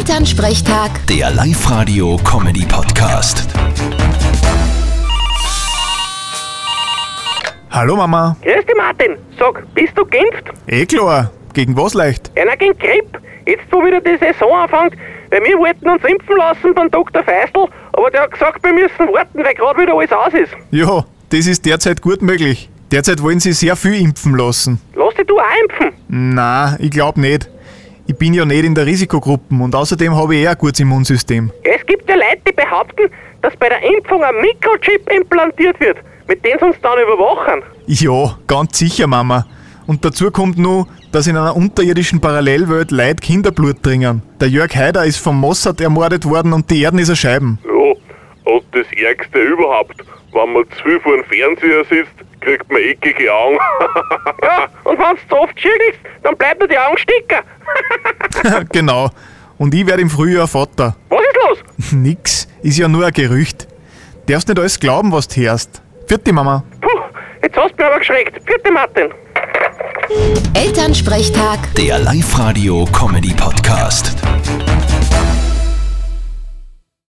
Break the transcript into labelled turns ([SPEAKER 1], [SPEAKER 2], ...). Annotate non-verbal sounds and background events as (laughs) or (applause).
[SPEAKER 1] Elternsprechtag,
[SPEAKER 2] Der Live-Radio-Comedy-Podcast.
[SPEAKER 3] Hallo Mama.
[SPEAKER 4] Grüß dich, Martin. Sag, bist du geimpft?
[SPEAKER 3] Eh klar. Gegen was leicht?
[SPEAKER 4] Einer gegen Grippe. Jetzt, wo wieder die Saison anfängt, weil wir wollten uns impfen lassen beim Dr. Feistel, aber der hat gesagt, wir müssen warten, weil gerade wieder alles aus ist.
[SPEAKER 3] Ja, das ist derzeit gut möglich. Derzeit wollen sie sehr viel impfen lassen.
[SPEAKER 4] Lass dich du auch impfen.
[SPEAKER 3] Na, ich glaube nicht. Ich bin ja nicht in der Risikogruppe und außerdem habe ich eh ein gutes Immunsystem.
[SPEAKER 4] Es gibt ja Leute, die behaupten, dass bei der Impfung ein Mikrochip implantiert wird, mit dem sie uns dann überwachen.
[SPEAKER 3] Ja, ganz sicher, Mama. Und dazu kommt nur, dass in einer unterirdischen Parallelwelt Leute Kinderblut trinken. Der Jörg Haider ist vom Mossad ermordet worden und die Erden ist ein Scheiben. (laughs)
[SPEAKER 5] Ja, und das Ärgste überhaupt, wenn man zu viel vor dem Fernseher sitzt, kriegt man eckige Augen.
[SPEAKER 4] (laughs) Ja, und wenn du zu oft schüttelst, dann bleibt dir die Augen sticker.
[SPEAKER 3] genau. Und ich werde im Frühjahr Vater. (laughs)
[SPEAKER 4] Was ist los?
[SPEAKER 3] Nix, ist ja nur ein Gerücht. Darfst nicht alles glauben, was du hörst. Vierte Mama.
[SPEAKER 4] Puh, jetzt hast du mich aber geschreckt. Vierte Martin.
[SPEAKER 1] Elternsprechtag.
[SPEAKER 2] Der Live-Radio-Comedy-Podcast.